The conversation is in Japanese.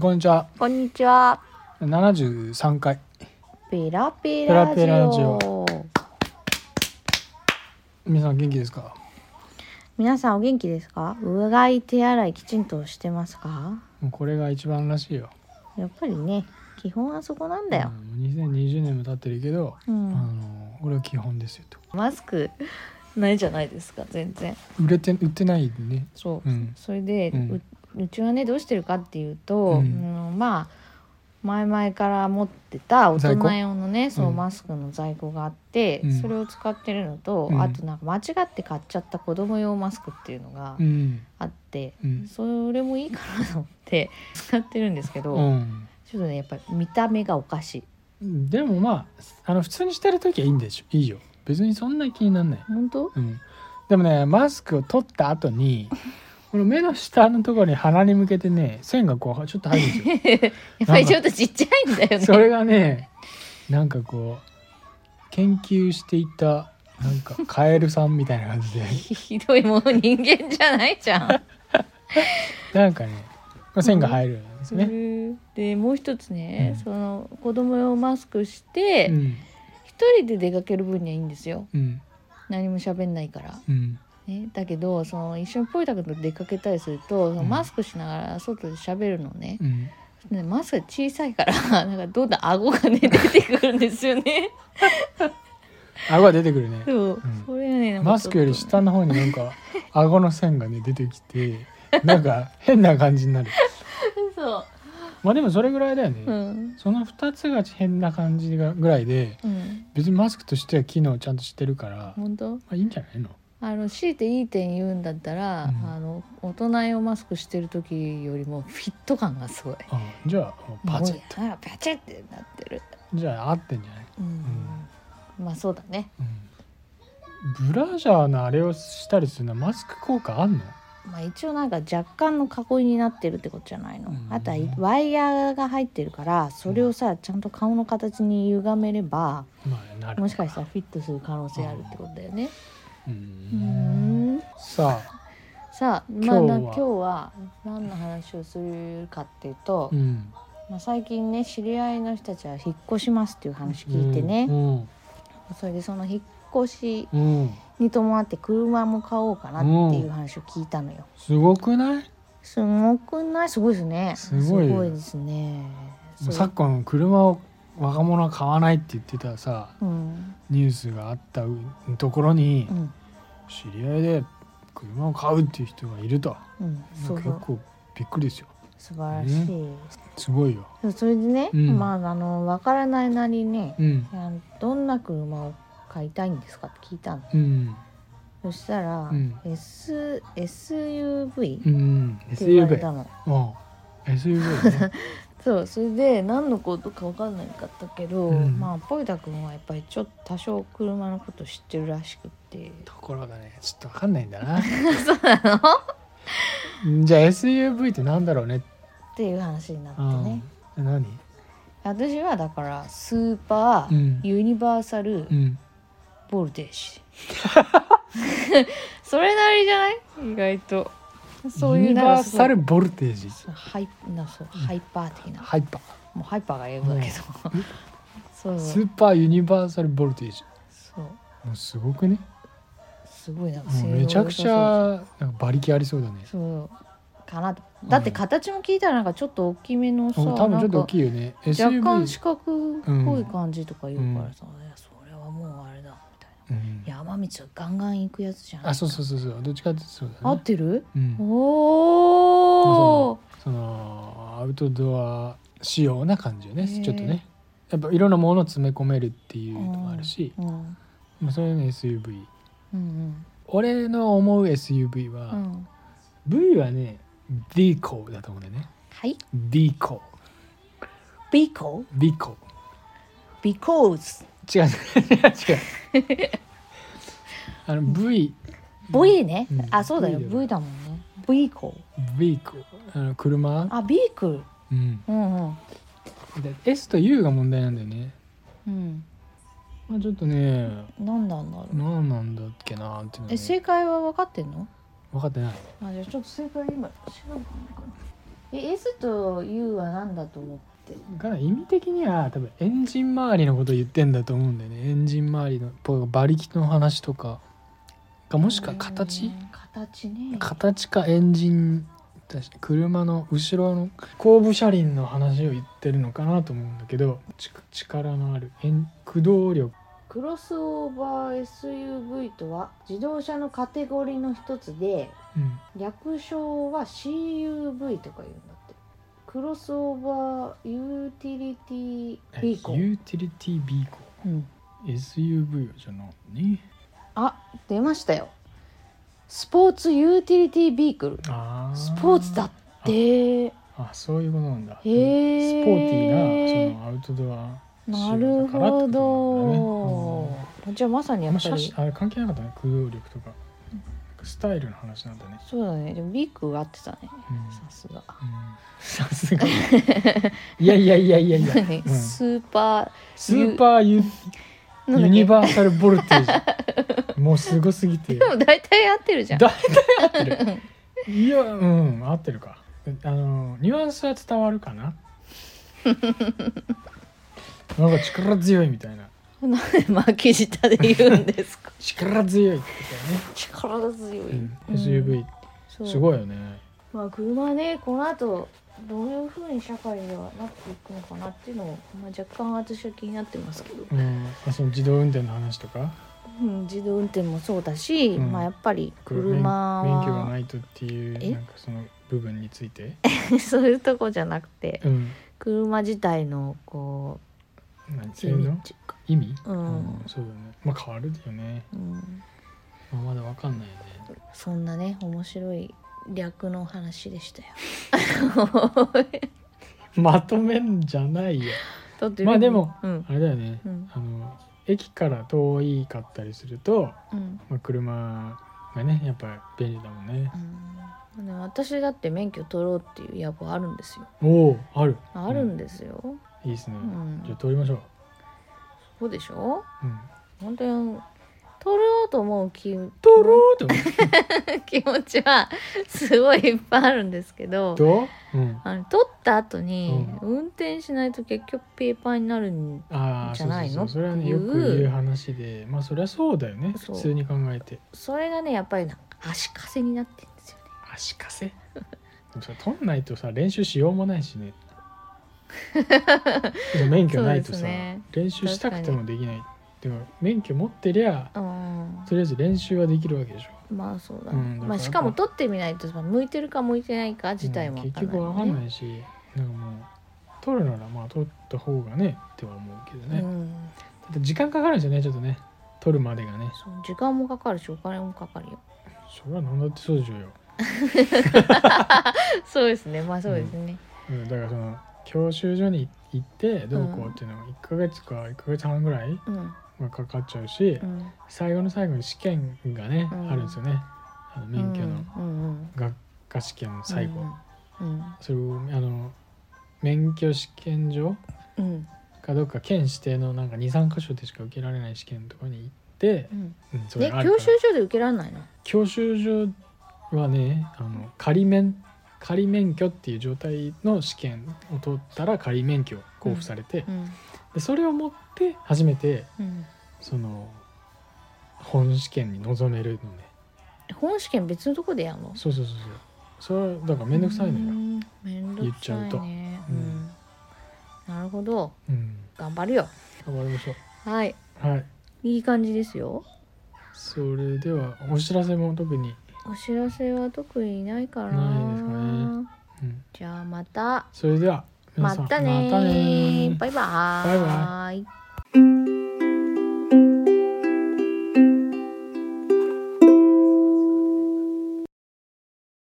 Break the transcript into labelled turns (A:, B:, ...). A: こんにちは。
B: こんにちは。
A: 七十三回。
B: ペラペ
A: ラ
B: ラ
A: ジオ
B: ジオ。
A: 皆さん元気ですか。
B: 皆さんお元気ですか？うがい手洗いきちんとしてますか？
A: もうこれが一番らしいよ。
B: やっぱりね、基本はそこなんだよ。
A: 二千二十年も経ってるけど、
B: う
A: あ
B: ん
A: のこれは基本ですよと。
B: マスクないじゃないですか。全然。
A: 売れて売ってないね。
B: そう。
A: うん。
B: それで、
A: う
B: うんうちはねどうしてるかっていうと、
A: うん
B: うんまあ。前々から持ってた大人用のねそう
A: うん
B: マスクの在庫があって、
A: うん
B: それを使ってるのと、
A: うん
B: あとなんか間違って買っちゃった子供用マスクっていうのが
A: うん。
B: あって、
A: うん。
B: それもいいかなと思って使ってるんですけど、
A: うん。
B: ちょっとねやっぱり見た目がおかしい
A: でもまああの普通にしてる時はいいんでしょ。いいよ。別にそんな気になんない。
B: 本当
A: うん。でもねマスクを取った後 に。この目の下のところに鼻に向けてね線がこうちょっと入るんですよ
B: やっぱりちょっとちっちゃいんだよね
A: それがねなんかこう研究していたなんかカエルさんみたいな感 じで
B: ひどいもう人間じゃないじゃん、
A: なんかねまあ線が入るんです
B: そ
A: ね。
B: れでもう一つね、
A: うん
B: その子供用マスクして
A: うん
B: 一、人で出かける分にはいいんですよ
A: うん
B: 何も喋んないから、
A: うん
B: ね、だけどその一緒にポイタクと出かけたりすると、そのマスクしながら外で喋るのね
A: う、ん
B: ねマスク小さいからなんかどんどん顎がね出てくるんですよね
A: 顎が出てくるね。
B: そう、
A: うん
B: それね
A: マスクより
B: な
A: 下の方になんか顎の線がね出てきてなんか変な感じになる。
B: んかちょっと
A: まあでもそれぐらいだよ
B: そう、う
A: ね。
B: ん
A: その2つが変な感じがぐらいで
B: うん、
A: 別にマスクとしては機能ちゃんとしてるから、ま
B: 本当
A: あ、いいんじゃないの
B: あの強いていい点言うんだったら、
A: うん
B: あの大人用マスクしてる時よりもフィット感がすごい
A: あじゃあパチッ
B: もうあパチッってなってる
A: じゃあ合ってんじゃない
B: うん、まあそうだね
A: うんブラジャーのあれをしたりするのはマスク効果あんの
B: まあ一応なんか若干の囲いになってるってことじゃないの、
A: うん
B: あとはワイヤーが入ってるからそれをさちゃんと顔の形に歪めれば、
A: まあなる
B: もしかしたらフィットする可能性あるってことだよね。
A: うー
B: うんん
A: さあ
B: さあ、まあ、
A: 今日は
B: な今日は何の話をするかっていうと、
A: うん
B: まあ、最近ね知り合いの人たちは引っ越しますっていう話聞いてね、
A: うん
B: それでその引っ越し
A: うん、うん
B: に伴って車も買おうかなっていう話を聞いたのよ。
A: すごくない
B: すごくないすごいですね。
A: すごいよ
B: ですね。そう
A: 昨今車を若者は買わないって言ってたさ
B: うん
A: ニュースがあったところに
B: うん
A: 知り合いで車を買うっていう人がいると
B: うん、そう
A: 結構びっくりですよ
B: 素晴らしい。
A: すごいよ
B: そうそれでね、
A: うん
B: まああのわからないなりね、
A: うん
B: いやどんな車を買いたいんですかって聞いたの
A: うん
B: そしたら、
A: うん
B: S SUV っ
A: う
B: て
A: ん
B: 言われ
A: SUV
B: たの
A: うん SUV ね
B: そうそれで何のことか分かんないかったけど、
A: うん
B: まあポイタ君はやっぱりちょっと多少車のこと知ってるらしくて
A: ところがねちょっとわかんないんだ なそうなのじゃあ SUV ってなんだろうね
B: っていう話になって
A: うん
B: ね、
A: 何
B: 私はだからスーパ
A: う
B: ー、
A: ん
B: ユニバーサル
A: うん
B: ボルテージ それなりじゃない意外とそうい
A: ユ
B: う
A: ニ
B: なん
A: バ
B: か
A: ー
B: すご
A: サ
B: い
A: ルボルテージ
B: ハイなそうハイパー的な
A: ハイパ
B: もうハイパーが英語だけど、そう
A: ー
B: そ
A: ス
B: う
A: ーパーユニバーサルボルテージもうすごくね
B: すごいなんか
A: もう
B: 性能
A: めちゃくち
B: 良さ
A: ゃなんか馬力ありそうだね
B: そうそうかなとだって形も聞いたらなんかちょっと大きめのさ、
A: うん多分ちょっと大き
B: い
A: いよね
B: 若
A: SUV
B: 干四角っぽい感じとか言うからさ、いやそれはもうあれだみたい
A: うん
B: な山道をガンガン行くやつじゃん
A: あそうそうそうそうどっちかってそうだ
B: 合
A: ね
B: ってる、
A: うん
B: おお
A: そのアウトドア仕様な感じよね
B: へえ
A: ちょっとねやっぱいろんなものを詰め込めるっていうのもあるし
B: うんうん
A: まあ、それの SUV
B: うん
A: 俺の思う SUV は、
B: うん
A: V はね D コだと思うんだよね
B: はい
A: D コ
B: Because
A: D コ
B: Because
A: 違う違う違う あの V
B: V ね、
A: うん
B: あそうだよ
A: V だよ
B: V だもんね Vehicle
A: V コあの車、
B: あビークル
A: うん、
B: うんうん
A: で S と U が問題なんだよね、
B: うん
A: まあ、ちょっとね
B: 何なんだろう
A: 何なんだっけなっていうの、
B: え
A: ね、
B: 正解は分かってんの
A: 分かってない
B: あじゃあちょっと正解今調べてみようかなえ S と U は何だと思って
A: から意味的には多分エンジン周りのことを言ってんだと思うんだよねエンジン周りのぽ馬力の話とかがもしくは形
B: うん形ね
A: 形かエンジン確か車の後ろの後部車輪の話を言ってるのかなと思うんだけどち力のあるエン駆動力
B: クロスオーバー SUV とは自動車のカテゴリーの一つで
A: うん
B: 略称は CUV とか言うんだってクロスオーバーユーティリティ
A: え
B: ビーコン、
A: ユーティリティビーコ
B: うん、
A: ン SUV じゃないね
B: あ出ましたよスポーツユーティリティビークル
A: あー
B: スポーツだって
A: あそういうことなんだ
B: へー
A: スポーティーなそのアウトドア
B: なるほど、じゃあまさに
A: あ
B: や
A: んま
B: っぱ
A: 写
B: り
A: 真あれ関係なかったね駆動力とかスタイルの話なんだね、
B: そうだねでもビークル合ってたね
A: うん
B: さすが
A: うんさすが いやいやいやいやい や、
B: 何
A: うん
B: スーパ
A: スーパーユ
B: ーなん
A: ユ
B: だっけ
A: ニバーサルボルテージもうすごすぎて
B: でも大体合ってるじゃ
A: 大
B: ん
A: 体合ってる いやうん合ってるかあのニュアンスは伝わるか ななんか力強いみたいな
B: 巻き舌で言うんですか
A: 力強いって
B: 力
A: 言
B: 強い、
A: った
B: うん
A: よね、SUV
B: そう
A: すごいよね
B: まあ車ねこの後どういうふうに社会ではなっていくのかなっていうのを、まあ、若干私は気になってますけど、
A: うんあその自動運転の話とか
B: うん、自動運転もそうだし、
A: うん
B: まあやっぱり
A: こう免
B: 車
A: 免許がな
B: はい
A: とっていう
B: え
A: なんかその部分について、
B: そういうとこじゃなくて
A: うん、
B: 車自体のこ
A: 何
B: う
A: そう
B: 意
A: いう
B: 味
A: の
B: っていうか、
A: 意味、
B: うん
A: そうだよねまあ変わるよね、
B: うん、
A: まあ、まだわかんないよね
B: そんなね面白い略の話でしたよ。
A: まとめんじゃないよ
B: だって
A: まあでも
B: うん
A: あれだよね、
B: うん
A: あの駅から遠いかったりすると、
B: うん
A: まあ、車がねやっぱ便利だもんね
B: うん、でも私だって免許取ろうっていう野望あるんですよ。
A: おおある
B: あるんですよ。
A: いいですね、
B: うん
A: じゃあ通りましょう、
B: そうでしょ
A: うん、
B: 本当に取ろうと思う気
A: 通 ろうと思って
B: 気持ちはすごいいっぱいあるんですけど
A: ど う、うん、
B: あの取った後に運転しないと結局ペーパーになるん
A: ああ
B: じゃないの
A: そうそうそうそれはね
B: ってい
A: よ
B: う
A: く言う話でまあそりゃそうだよね普
B: そう
A: 通に考えて
B: それがねやっぱりなんか足かせになってるんですよね。
A: 足か せでもさ取んないとさ練習しようもないしねでも免許ないと
B: そうです
A: さ、
B: ね
A: 練習したくてもできないでも免許持ってりゃ
B: うん
A: とりあえず練習はできるわけでしょ
B: まあそうだ、
A: う
B: ね
A: んだから
B: まあしかも取ってみないとまあ向いてるか向いてないか自体もわ
A: 結局わ
B: か
A: か
B: ん
A: ん
B: ない、ね
A: ないしなんかもう取るならまあ取った方がねっては思うけどね、
B: う
A: だ
B: ん、
A: って時間かかるんですよねちょっとね取るまでがね
B: そう時間もかかるしお金もかかるよ
A: それは何だってそうでしょうよ
B: そうですねまあそうですね、
A: うん、だからその教習所に行ってどうこうっていうのは1ヶ月か1ヶ月半ぐらい
B: うん
A: はかかっちゃうし、
B: うん
A: 最後の最後に試験がね、
B: うん
A: あるんですよねあの免許の
B: うんうん
A: 学科試験の最後、
B: うん
A: それをあの免許試験場
B: うん
A: かどうか県指定のなんか23箇所でしか受けられない試験のところに行って
B: う、ん
A: うん、そ
B: え
A: れがある
B: 教
A: から
B: 習所で受けられないの
A: 教習所はねあの仮免仮免許っていう状態の試験を取ったら仮免許を交付されて、
B: うん
A: でそれを持って初めて
B: うん
A: その本試験に臨めるのね
B: 本試験別のとこでやるの
A: そうそうそうそうそれはだから面倒くさいのよ、
B: よめんど
A: 言っ
B: く
A: ちゃ
B: さ
A: うと
B: いね
A: う
B: うんんなるほど
A: うん、
B: 頑張るよ
A: 頑張りましょ
B: はいう
A: はい
B: いい感じですよ
A: それではお知らせも特に、
B: お知らせは特にないから
A: ないですかうん、
B: じゃあまた
A: それでは皆
B: ま
A: さん
B: たねー
A: またねー
B: バイバー
A: バイバ
B: イ